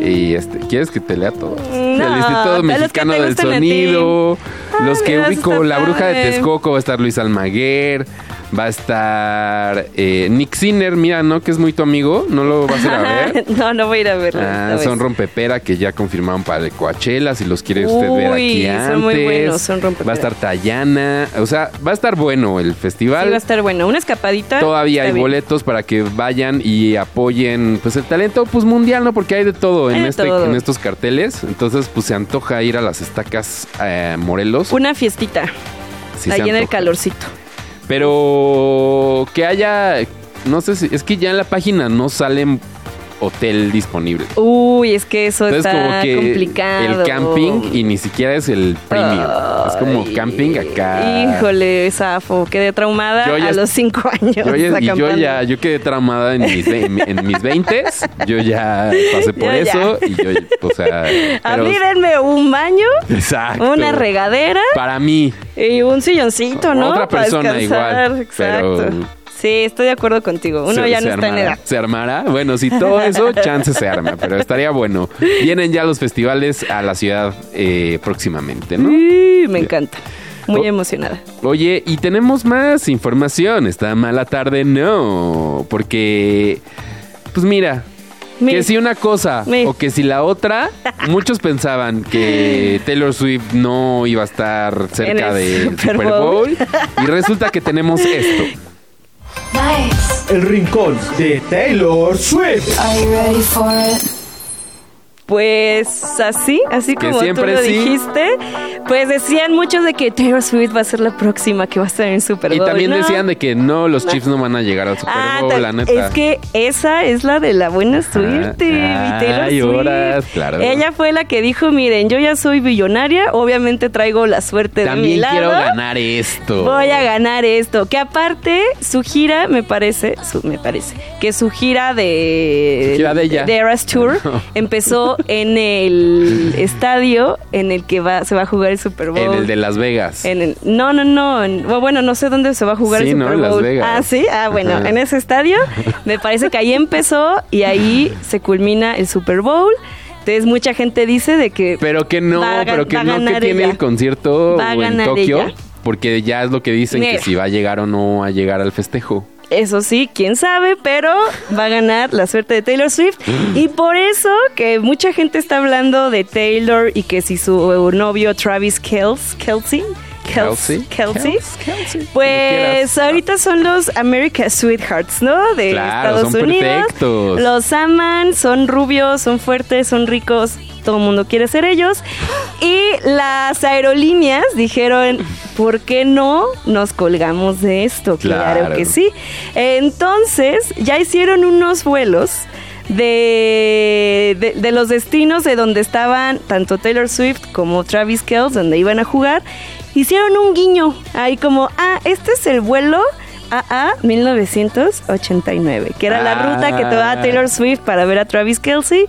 S2: Y este, ¿quieres que te lea todo?
S3: No,
S2: el
S3: pero
S2: Instituto
S3: los que
S2: Mexicano
S3: te
S2: del
S3: gusten a ti.
S2: Sonido,
S3: Ah,
S2: los que
S3: mira, eso
S2: ubico,
S3: está
S2: La Bruja de
S3: padre.
S2: Texcoco, va a estar Luis Almaguer, va a estar eh, Nick Sinner, mira, ¿no? Que es muy tu amigo, no lo vas a ir a ver.
S3: Ah, no, no voy a ir a verlo.
S2: Ah,
S3: esta vez.
S2: son rompepera que ya confirmaron para el Coachella, si los quiere usted ver aquí
S3: Uy,
S2: antes.
S3: son muy buenos, son rompepera.
S2: Va a estar Tayana, o sea, va a estar bueno el festival.
S3: Sí, va a estar bueno. Una escapadita.
S2: Todavía
S3: está
S2: hay
S3: bien.
S2: boletos para que vayan y apoyen pues el talento pues mundial, ¿no? Porque hay de todo,
S3: Hay
S2: en,
S3: de
S2: este,
S3: todo.
S2: en estos carteles. Entonces, pues se antoja ir a las estacas eh, Morelos.
S3: Una fiestita.
S2: Sí se
S3: ahí en el
S2: antoja.
S3: calorcito.
S2: Pero que haya, no sé si, es que ya en la página no sale hotel disponible.
S3: Uy, es que eso
S2: Entonces,
S3: está
S2: como que
S3: complicado.
S2: el camping y ni siquiera es el premium. es como
S3: Ay,
S2: camping acá.
S3: Híjole, Safo, quedé traumada
S2: Yo ya
S3: a
S2: est-
S3: los cinco años.
S2: Yo ya, y yo
S3: acampando.
S2: ya, yo quedé tramada en mis, ve- en mis 20s. Yo ya pasé por
S3: Yo ya.
S2: eso. Y yo, o sea.
S3: A
S2: pero-
S3: mí denme un baño,
S2: exacto.
S3: una regadera
S2: Para mí.
S3: y un silloncito, ¿no?
S2: Otra
S3: Para
S2: persona
S3: descansar,
S2: igual,
S3: Exacto.
S2: pero-
S3: Sí, estoy de acuerdo contigo. Uno
S2: se-
S3: ya
S2: se
S3: no está en
S2: armará.
S3: edad.
S2: ¿Se armará? Bueno, si todo eso, chance se arma, pero estaría bueno. Vienen ya los festivales a la ciudad eh, próximamente, ¿no?
S3: Sí, me encanta. Muy
S2: Oh.
S3: emocionada.
S2: Oye, y tenemos más información. Está mala tarde, no. Porque, pues mira,
S3: Mi-
S2: que si una cosa
S3: Mi.
S2: o que si la otra, muchos pensaban que Taylor Swift no iba a estar cerca
S3: el
S2: del
S3: Super
S2: Super Bowl.
S3: Bowl.
S2: Y resulta que tenemos esto.
S8: El rincón de Taylor Swift.
S3: Pues así, así
S2: Que
S3: como tú
S2: siempre
S3: lo
S2: sí.
S3: dijiste, pues decían muchos de que Taylor Swift va a ser la próxima que va a estar en el Super
S2: Y
S3: Bowl.
S2: también
S3: No.
S2: decían de que no, los Chiefs no van a llegar al Super
S3: Ah,
S2: Bowl,
S3: ta-
S2: la neta.
S3: es que esa es la de la buena suerte,
S2: Ah,
S3: mi Taylor
S2: ay,
S3: Swift.
S2: horas, claro.
S3: Ella fue la que dijo, miren, yo ya soy billonaria, obviamente traigo la suerte de mi
S2: también
S3: lado.
S2: quiero ganar esto.
S3: Voy a ganar esto. Que aparte, su gira, me parece, su- me parece, que su gira de.
S2: Su gira de ella.
S3: Eras Tour
S2: No.
S3: empezó en el estadio en el que va, se va a jugar el Super Bowl.
S2: En el de Las Vegas.
S3: En el- no, no, no. en- bueno, bueno, no sé dónde se va a jugar
S2: Sí,
S3: el
S2: ¿no?
S3: Super
S2: En Las
S3: Bowl.
S2: Vegas.
S3: Ah, sí. Ah, bueno,
S2: Ajá.
S3: en ese estadio. Me parece que ahí empezó y ahí se culmina el Super Bowl. Entonces, mucha gente dice de que.
S2: Pero que no,
S3: va a ga-
S2: pero que
S3: va a
S2: no, que
S3: ganar
S2: tiene
S3: ella.
S2: el concierto
S3: Va a
S2: en
S3: ganar
S2: Tokio.
S3: ella.
S2: Porque ya es lo que dicen que
S3: Mira.
S2: si va a llegar o no a llegar al festejo.
S3: Eso sí, quién sabe, pero va a ganar la suerte de Taylor Swift. Y por eso que mucha gente está hablando de Taylor y que si su novio Travis Kelce, Kelsey,
S2: Kelce,
S3: Kelsey, Kelsey,
S2: Kelsey, como
S3: pues
S2: quieras.
S3: ahorita son los America Sweethearts, ¿no? De
S2: Claro,
S3: Estados
S2: son
S3: Unidos.
S2: perfectos.
S3: Los aman, son rubios, son fuertes, son ricos, todo el mundo quiere ser ellos. Y las aerolíneas dijeron, ¿por qué no nos colgamos de esto?
S2: Claro.
S3: claro que sí. Entonces, ya hicieron unos vuelos de, de- de los destinos de donde estaban tanto Taylor Swift como Travis Kelce, donde iban a jugar. hicieron un guiño. Ahí como, ah, este es el vuelo AA 1989, que era la
S2: Ah.
S3: ruta que tomaba Taylor Swift para ver a Travis Kelsey.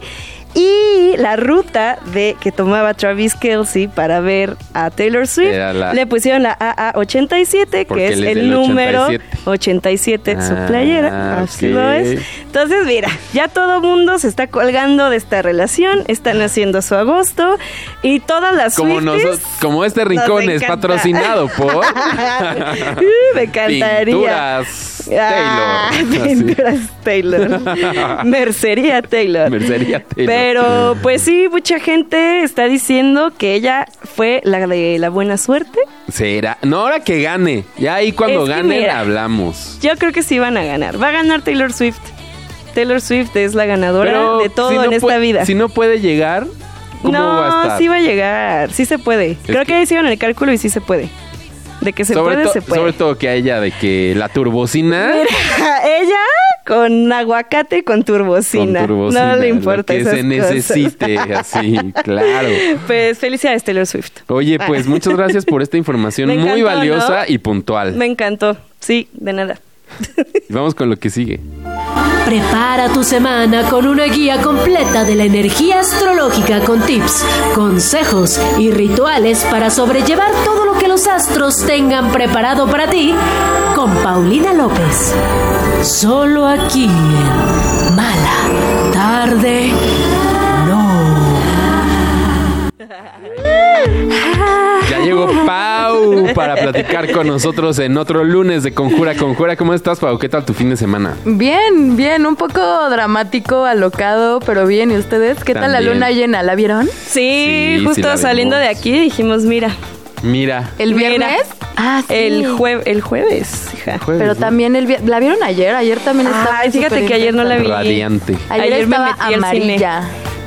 S3: Y la ruta de que tomaba Travis Kelsey para ver a Taylor Swift
S2: Era la-
S3: le pusieron la AA87,
S2: Porque
S3: que es
S2: él es
S3: el
S2: del
S3: número
S2: 87.
S3: 87 de su
S2: Ah,
S3: playera. Así
S2: ok.
S3: lo es. Entonces, mira, ya todo mundo se está colgando de esta relación, están haciendo su agosto y todas las
S2: Como,
S3: Swifties-
S2: noso- como este
S3: Nos
S2: rincón es
S3: encanta.
S2: patrocinado por
S3: Uh, Me encantaría.
S2: Pinturas
S3: Ah,
S2: Taylor.
S3: pinturas Taylor. Mercería Taylor.
S2: Mercería Taylor.
S3: Pero pues sí, mucha gente está diciendo que ella fue la de la buena suerte.
S2: Será. No, ahora que gane. Ya ahí cuando
S3: Es que
S2: gane
S3: mira.
S2: hablamos.
S3: Yo creo que sí van a ganar. Va a ganar Taylor Swift. Taylor Swift es la ganadora
S2: Pero
S3: de todo
S2: si no
S3: en esta
S2: pue-
S3: vida.
S2: Si no puede llegar, ¿cómo
S3: no,
S2: va a estar?
S3: sí va a llegar. Sí se puede. creo que,
S2: que-
S3: hicieron el cálculo y sí se puede. De que se
S2: sobre,
S3: puede,
S2: to-
S3: se puede.
S2: sobre todo que a ella de que la turbocina.
S3: Mira, ella con aguacate y con turbocina.
S2: con turbocina,
S3: no le
S2: lo
S3: importa
S2: que
S3: esas
S2: se
S3: cosas.
S2: necesite, así, claro.
S3: Pues felicidades, Taylor Swift.
S2: Oye,
S3: Ah.
S2: pues muchas gracias por esta información
S3: Me
S2: muy
S3: encantó,
S2: valiosa
S3: ¿no?
S2: y puntual.
S3: Me encantó. Sí, de nada.
S2: Vamos con lo que sigue.
S1: Prepara tu semana con una guía completa de la energía astrológica con tips, consejos y rituales para sobrellevar todo lo que los astros tengan preparado para ti con Paulina López. Solo aquí en Mala Tarde No.
S3: Ah.
S2: Ya llegó Pau para platicar con nosotros en otro lunes de Conjura Conjura. ¿Cómo estás, Pau? ¿Qué tal tu fin de semana?
S9: Bien, bien, un poco dramático, alocado, pero bien. ¿Y ustedes? ¿Qué tal la
S2: También.
S9: luna llena? ¿La vieron?
S3: Sí,
S2: Sí, sí
S3: justo
S2: la
S3: saliendo de
S2: vimos.
S3: aquí dijimos, mira,
S2: Mira.
S9: ¿El
S3: Mira.
S9: viernes? Ah, sí.
S3: el, jue- el jueves, hija.
S2: Jueves,
S9: Pero
S2: ¿no?
S9: también el viernes. ¿La vieron ayer? Ayer también estaba.
S3: Ay, fíjate que ayer no la vi.
S2: Radiante.
S9: Ayer,
S3: Ayer me
S9: estaba
S3: metí al cine.
S9: amarilla.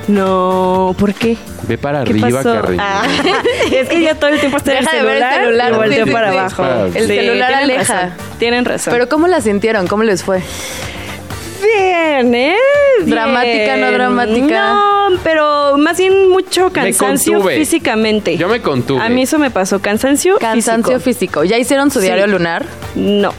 S3: No, ¿por qué?
S2: Ve para
S3: ¿Qué
S2: arriba,
S3: pasó?
S2: Carrie.
S3: Ah, es que ya todo el tiempo está en el
S9: Deja de ver el
S3: celular,
S9: celular,
S3: y volteo
S9: sí, sí,
S3: para
S9: sí.
S3: abajo.
S2: El
S9: celular
S3: tienen
S9: aleja.
S3: razón, tienen razón.
S9: Pero ¿cómo la sintieron? ¿Cómo les fue?
S3: Bien, ¿eh?
S9: Dramática, no dramática.
S3: No, pero más bien mucho cansancio
S2: contuve.
S3: físicamente.
S2: Yo me contuve.
S3: A mí eso me pasó, cansancio
S9: Cansancio
S3: físico.
S9: físico. ¿Ya hicieron su
S3: Sí.
S9: diario lunar?
S3: No.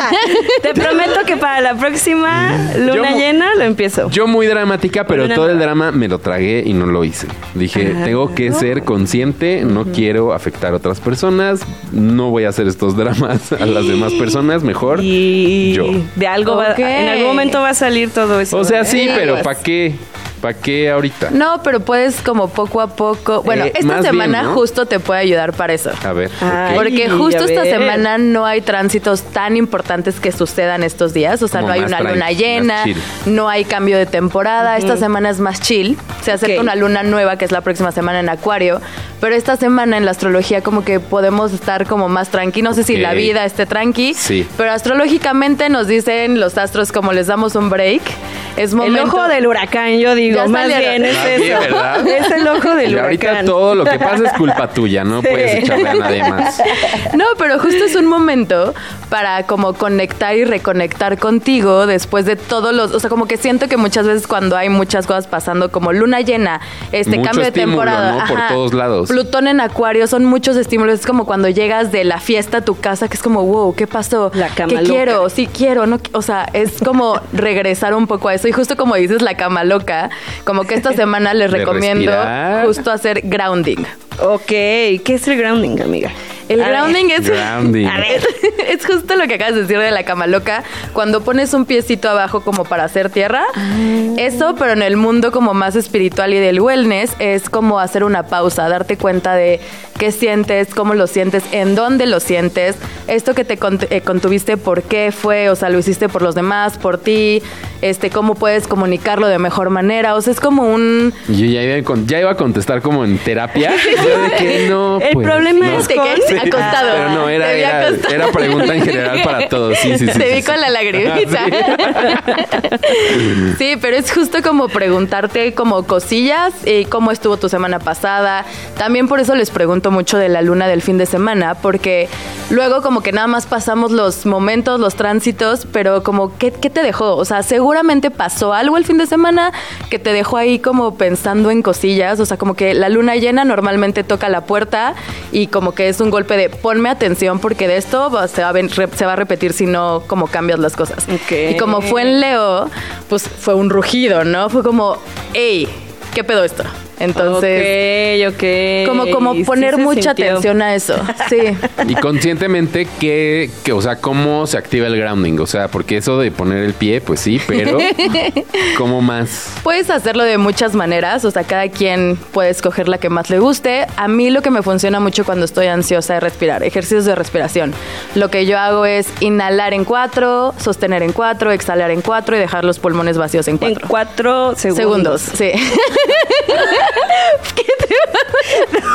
S3: Te prometo que para la próxima luna
S2: mu-
S3: llena lo empiezo.
S2: Mm. Yo muy dramática, pero
S3: Una-
S2: todo el drama me lo tragué y no lo hice. Dije, tengo que ser consciente, no quiero afectar a otras personas, no voy a hacer estos dramas a las demás personas, mejor.
S3: y
S2: yo.
S3: de algo
S9: Ok.
S3: va, en algún momento va a salir todo eso.
S2: O sea,
S3: ¿eh?
S2: sí,
S9: Sí,
S2: pero
S9: pues.
S2: ¿para qué? ¿Para qué ahorita?
S9: No, pero puedes como poco a poco. Bueno,
S2: Eh,
S9: esta
S2: más bien,
S9: semana
S2: ¿no?
S9: justo te puede ayudar para eso.
S2: A ver.
S3: Ah,
S2: ok.
S9: Porque
S3: Ay,
S9: justo
S3: a
S9: esta
S3: ver.
S9: semana no hay tránsitos tan importantes que sucedan estos días. O sea,
S2: Como
S9: no hay
S2: más
S9: una
S2: tranqui,
S9: luna
S2: más
S9: llena,
S2: chill.
S9: no hay cambio de temporada. Esta semana es más chill. Se acerca
S3: Ok.
S9: una luna nueva que es la próxima semana en Acuario. Pero esta semana en la astrología como que podemos estar como más tranqui. No sé si
S2: Ok.
S9: la vida esté tranqui.
S2: Sí.
S9: Pero astrológicamente nos dicen los astros como les damos un break. Es
S3: El
S9: momento...
S3: ojo del huracán, yo
S9: Ya
S3: digo, más
S9: salieron.
S3: bien es
S2: Más bien,
S3: eso.
S2: ¿verdad?
S3: Es el ojo del
S2: Y
S3: huracán.
S2: ahorita todo lo que pasa es culpa tuya, no
S3: Sí.
S2: puedes echarle a nadie más.
S9: No, pero justo es un momento para como conectar y reconectar contigo después de todos los, o sea, como que siento que muchas veces cuando hay muchas cosas pasando como luna llena, este
S2: Mucho
S9: cambio de
S2: estímulo,
S9: temporada,
S2: ¿no? Por todos lados.
S9: Plutón en Acuario son muchos estímulos, es como cuando llegas de la fiesta a tu casa que es como, "Wow, ¿qué pasó?
S3: La cama
S9: ¿Qué
S3: loca.
S9: quiero? Sí quiero, no, qui-". o sea, es como regresar un poco a eso y justo como dices la cama loca, como que esta semana les
S2: De
S9: recomiendo
S2: respirar.
S9: justo hacer grounding.
S3: Ok, ¿qué es el grounding, amiga?
S9: El
S3: A ver.
S9: grounding es.
S2: Grounding.
S9: A ver, es justo lo que acabas de decir de la cama loca. Cuando pones un piecito abajo como para hacer tierra. Eso, pero en el mundo como más espiritual y del wellness, es como hacer una pausa, darte cuenta de qué sientes, cómo lo sientes, en dónde lo sientes. Esto que te cont- eh, contuviste, por qué fue, o sea, lo hiciste por los demás, por ti, este, cómo puedes comunicarlo de mejor manera. O sea, es como un.
S2: Yo ya iba, a con- ya iba a contestar como en terapia. Yo de que no,
S3: El
S2: pues,
S3: problema
S2: no.
S3: es
S9: Fíjate que-
S3: con-
S9: acostado.
S2: Pero no, era,
S9: Te vi
S2: era,
S9: acostado.
S2: era pregunta en general para todos. Sí, sí, sí.
S9: Te
S2: sí, sí.
S9: vi con la lagrimita. Sí. pero es justo como preguntarte como cosillas, eh, cómo estuvo tu semana pasada. También por eso les pregunto mucho de la luna del fin de semana, porque luego como que nada más pasamos los momentos, los tránsitos, pero como ¿qué, qué te dejó? O sea, seguramente pasó algo el fin de semana que te dejó ahí como pensando en cosillas. O sea, como que la luna llena normalmente toca la puerta y como que es un golpe de ponme atención porque de esto va- se va a, ven- re- se va a repetir si no como cambias las cosas.
S3: Ok.
S9: Y como fue en Leo, pues fue un rugido, ¿no? Fue como, hey, ¿qué pedo esto? Entonces,
S3: ok, ok.
S9: como, como
S3: Sí
S9: poner
S3: se
S9: mucha
S3: sintió.
S9: atención a eso. Sí.
S2: Y conscientemente, que, que, o sea, cómo se activa el grounding. O sea, porque eso de poner el pie, pues sí, pero ¿cómo más?
S9: Puedes hacerlo de muchas maneras, o sea, cada quien puede escoger la que más le guste. A mí lo que me funciona mucho cuando estoy ansiosa es respirar, ejercicios de respiración. Lo que yo hago es inhalar en cuatro, sostener en cuatro, exhalar en cuatro y dejar los pulmones vacíos en
S3: En
S9: cuatro.
S3: cuatro segundos.
S9: Segundos, sí.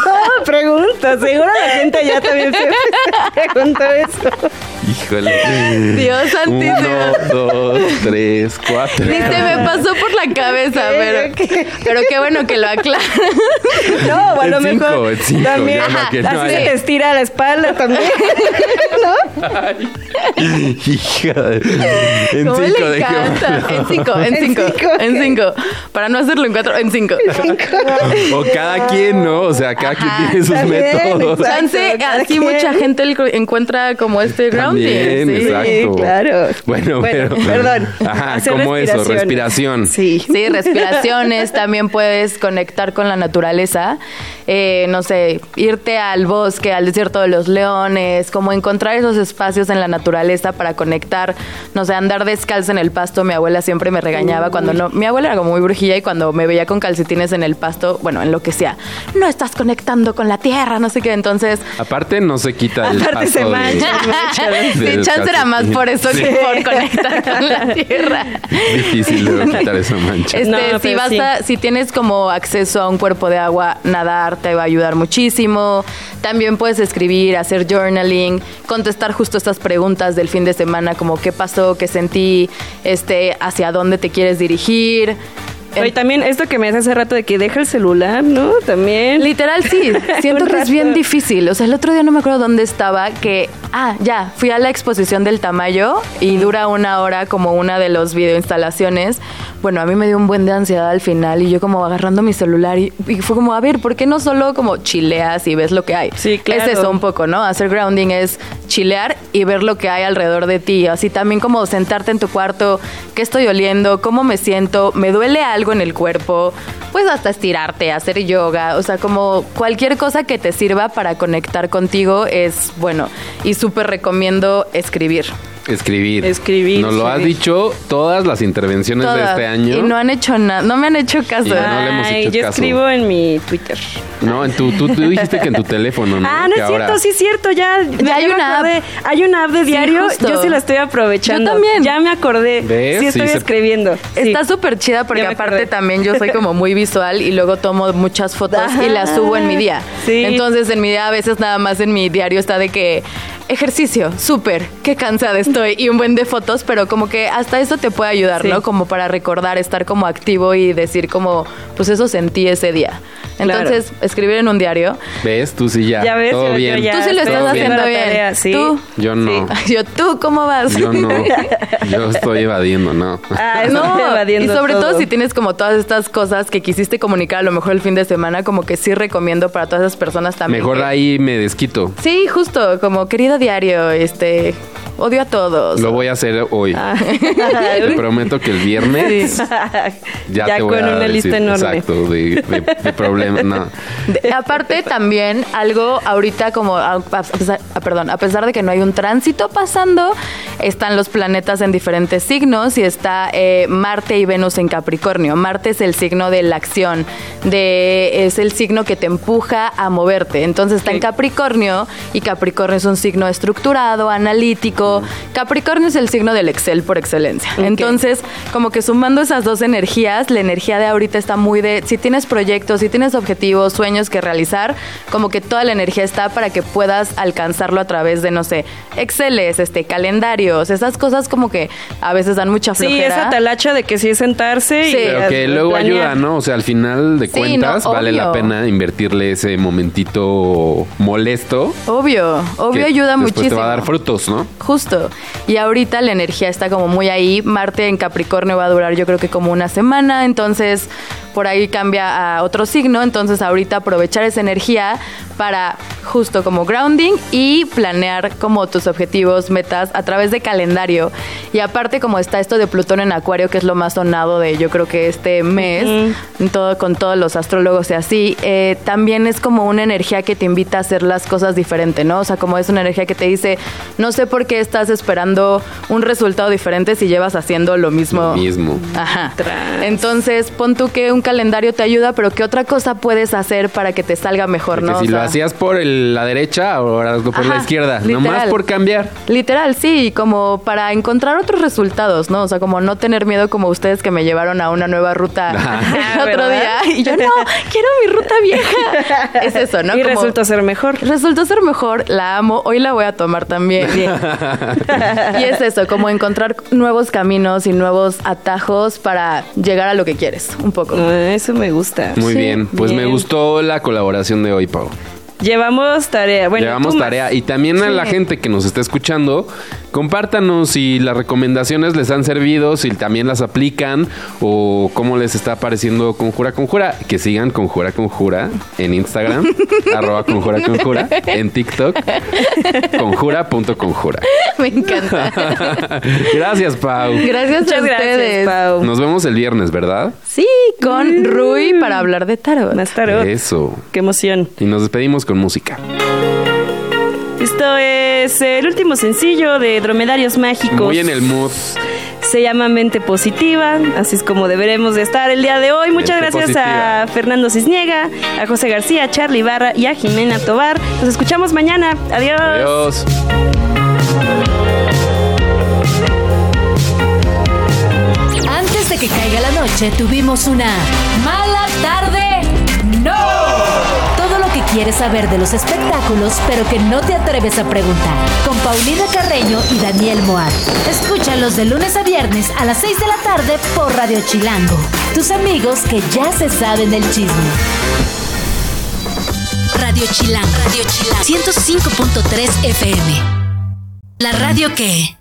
S3: Ah, pregunta. Seguro la gente ya también se preguntó eso.
S2: Híjole.
S9: Dios santísimo.
S2: Uno, dos, tres, cuatro.
S9: Ni se me pasó por la cabeza,
S3: Ok,
S9: pero,
S3: ok.
S9: pero qué bueno que lo aclaras.
S3: No, o a
S2: El
S3: lo
S2: cinco,
S3: mejor
S2: el cinco,
S3: también
S2: ya no, que no
S3: así se
S2: haya.
S3: te estira la espalda también.
S2: Hija de- En
S9: ¿Cómo
S2: cinco
S9: le
S2: de
S9: encanta? En cinco, en
S3: En
S9: cinco,
S3: cinco,
S9: en
S3: ok.
S9: cinco. Para no hacerlo en cuatro, en cinco.
S2: O cada quien, ¿no? O sea, cada
S9: Ajá,
S2: quien tiene sus
S3: también,
S2: métodos.
S3: exacto.
S9: Chance,
S3: cada
S9: así
S3: quien.
S9: mucha gente el- encuentra como este grounding.
S2: También,
S9: sí.
S2: exacto.
S3: claro.
S2: Bueno,
S3: Bueno,
S2: pero.
S3: perdón.
S2: Ajá,
S3: Hacer
S2: como eso,
S3: respiración.
S2: respiración.
S3: Sí.
S9: Sí, respiraciones, también puedes conectar con la naturaleza, Eh, no sé, irte al bosque, al desierto de los leones, como encontrar esos espacios en la naturaleza para conectar, no sé, andar descalza en el pasto, mi abuela siempre me regañaba cuando no, mi abuela era como muy brujilla y cuando me veía con calcetines en el pasto, bueno, en lo que sea, no estás conectando con la tierra, no sé qué, entonces...
S2: Aparte, no se quita el
S3: Aparte se
S2: paso de-
S3: mancha,
S9: Sí,
S2: del
S9: chance era más
S2: calcetín.
S9: por eso que por conectar con la tierra.
S2: Difícil de quitar esa mancha.
S9: Este,
S3: No,
S9: si,
S3: pero
S9: vas
S3: sí.
S9: a- si tienes como acceso a un cuerpo de agua, nadar te va a ayudar muchísimo. También puedes escribir, hacer journaling, contestar justo estas preguntas del fin de semana, como qué pasó, qué sentí, este, hacia dónde te quieres dirigir.
S3: Oye, también esto que me hace hace rato de que deja el celular, ¿no? También.
S9: Literal, sí. Siento
S3: Un
S9: que es
S3: rato.
S9: bien difícil. O sea, el otro día no me acuerdo dónde estaba, que, ah, ya, fui a la exposición del Tamayo y dura una hora como una de los videoinstalaciones. Bueno, a mí me dio un buen de ansiedad al final y yo como agarrando mi celular y, y fue como, a ver, ¿por qué no solo como chileas y ves lo que hay?
S3: Sí, claro.
S9: Es eso un poco, ¿no? Hacer grounding es chilear y ver lo que hay alrededor de ti. Así también como sentarte en tu cuarto, qué estoy oliendo, cómo me siento, me duele algo en el cuerpo, pues hasta estirarte, hacer yoga, o sea, como cualquier cosa que te sirva para conectar contigo es bueno. Y súper recomiendo escribir.
S2: Escribir.
S3: Escribir,
S2: Nos lo has
S3: escribir.
S2: dicho todas las intervenciones de
S9: Todas.
S2: este año.
S9: Y no han hecho nada, no me han hecho caso.
S2: Y no le hemos
S3: Ay,
S2: hecho
S3: yo
S2: caso.
S3: escribo en mi Twitter.
S2: No, en tu, tú, tú dijiste que en tu teléfono, ¿no?
S3: Ah, no
S2: Que
S3: es cierto,
S2: ahora-
S3: sí es cierto, ya, ya
S9: hay
S3: me
S9: una
S3: acordé. Hay una app de diario,
S9: justo.
S3: yo sí la estoy aprovechando.
S9: Yo también.
S3: Ya me acordé.
S2: ¿Ves?
S3: Sí
S2: Sí,
S3: estoy
S2: se-
S3: escribiendo. Sí.
S9: Está súper chida porque
S3: Ya me
S9: aparte
S3: acordé.
S9: también yo soy como muy visual y luego tomo muchas fotos y las subo en mi día.
S3: Sí.
S9: Entonces en mi día a veces nada más en mi diario está de que ejercicio, súper, qué cansada estoy y un buen de fotos, pero como que hasta eso te puede ayudar,
S3: Sí.
S9: ¿no? Como para recordar, estar como activo y decir como, pues eso sentí ese día.
S3: Claro.
S9: Entonces, escribir en un diario.
S2: ¿Ves? Tú sí ya.
S3: Ya ves,
S2: Todo
S3: yo- yo
S2: bien.
S3: ya
S9: Tú sí lo
S3: estoy
S9: estás
S2: Todo bien.
S9: haciendo
S3: la
S9: bien.
S3: tarea, sí.
S9: ¿Tú?
S2: Yo no.
S9: Yo, ¿tú cómo vas?
S2: Yo no. Yo estoy evadiendo, ¿no.
S3: Ah, eso
S9: No,
S3: estoy
S9: y
S3: evadiendo
S9: sobre todo.
S3: todo
S9: si tienes como todas estas cosas que quisiste comunicar a lo mejor el fin de semana, como que sí recomiendo para todas esas personas
S3: Ah,
S9: también.
S2: Mejor
S9: que-
S2: ahí me desquito.
S9: Sí, justo, como querido diario, este, odio a todos.
S2: Lo voy a hacer hoy.
S3: Ah,
S2: Te prometo que el viernes ya, te voy
S3: con
S2: a
S3: una
S2: decir,
S3: lista enorme.
S2: Exacto, de, de- de problemas. No.
S9: De- aparte también algo ahorita como, a, a pesar, ah, perdón, a pesar de que no hay un tránsito pasando, están los planetas en diferentes signos y está eh, Marte y Venus en Capricornio. Marte es el signo de la acción, de es el signo que te empuja a moverte. Entonces está en Capricornio y Capricornio es un signo estructurado, analítico. Capricornio es el signo del Excel por excelencia. Entonces, como que sumando esas dos energías, la energía de ahorita está muy de, si tienes proyectos, si tienes objetivos, sueños que realizar, como que toda la energía está para que puedas alcanzarlo a través de, no sé, Exceles, este, calendarios, esas cosas como que a veces dan mucha
S3: Sí,
S9: flojera.
S3: esa talacha de que sí es sentarse y.
S9: Sí.
S2: Pero que luego
S3: planear.
S2: ayuda, ¿no? O sea, al final de
S9: Sí,
S2: cuentas
S9: no,
S2: vale la
S9: obvio.
S2: pena invertirle ese momentito molesto.
S9: Obvio, obvio
S2: que
S9: ayuda
S2: después
S9: muchísimo.
S2: te va a dar frutos, ¿no?
S9: Justo. Y ahorita la energía está como muy ahí. Marte en Capricornio va a durar yo creo que como una semana, entonces por ahí cambia a otro signo, entonces ahorita aprovechar esa energía para justo como grounding y planear como tus objetivos, metas a través de calendario. Y aparte como está esto de Plutón en Acuario, que es lo más sonado de yo creo que este mes, en todo, con todos los astrólogos y así, eh, también es como una energía que te invita a hacer las cosas diferente, ¿no? O sea, como es una energía que te dice, no sé por qué estás esperando un resultado diferente si llevas haciendo lo mismo.
S2: Lo mismo.
S9: Ajá. Entonces, pon tú que un calendario te ayuda, pero ¿qué otra cosa puedes hacer para que te salga mejor,
S2: Porque
S9: no?
S2: si
S9: O
S2: lo
S9: sea,
S2: hacías por el- la derecha, ahora hazlo por la
S9: Ajá,
S2: izquierda.
S9: literal.
S2: Nomás por cambiar.
S9: Literal, sí, y como para encontrar otros resultados, ¿no? O sea, como no tener miedo como ustedes que me llevaron a una nueva ruta
S2: Ah,
S9: el otro
S3: ¿verdad?
S9: día y yo no, quiero mi ruta vieja. Es eso, ¿no?
S3: Y
S9: Como-
S3: resulta ser mejor.
S9: Resultó ser mejor, la amo, hoy la voy a tomar también. y es eso, como encontrar nuevos caminos y nuevos atajos para llegar a lo que quieres, un poco.
S3: Ah, Eso me gusta.
S2: Muy
S3: Sí,
S2: bien. Pues me gustó la colaboración de hoy, Pau.
S3: Llevamos tarea. Bueno,
S2: Llevamos
S3: tú más.
S2: tarea. Y también a la
S3: Sí.
S2: gente que nos está escuchando, compártanos si las recomendaciones les han servido, si también las aplican o cómo les está pareciendo Conjura Conjura. Que sigan Conjura Conjura en Instagram, arroba Conjura Conjura, en TikTok, conjura.conjura.
S9: Me encanta.
S2: Gracias, Pau.
S9: Gracias a
S3: Muchas
S9: ustedes.
S3: gracias, Pau.
S2: Nos vemos el viernes, ¿verdad?
S9: Sí, con Rui para hablar de tarot.
S3: Mm. Más tarot.
S2: Eso.
S3: Qué emoción.
S2: Y nos despedimos con música.
S3: Esto es el último sencillo de Dromedarios Mágicos.
S2: Muy en el mood.
S3: Se llama Mente Positiva, así es como deberemos de estar el día de hoy. Muchas
S2: Mente
S3: gracias
S2: positiva.
S3: a Fernando Cisniega, a José García, a Charlie Barra y a Jimena Tobar. Nos escuchamos mañana.
S2: Adiós.
S1: Antes de que caiga la noche, tuvimos una mala tarde. ¡No! Todo lo que quieres saber de los espectáculos, pero que no te atreves a preguntar. Con Paulina Carreño y Daniel Moat. Escúchalos de lunes a viernes a las 6 de la tarde por Radio Chilango. Tus amigos que ya se saben del chisme. Radio Chilango. Radio Chilango. 105.3 FM. La radio que...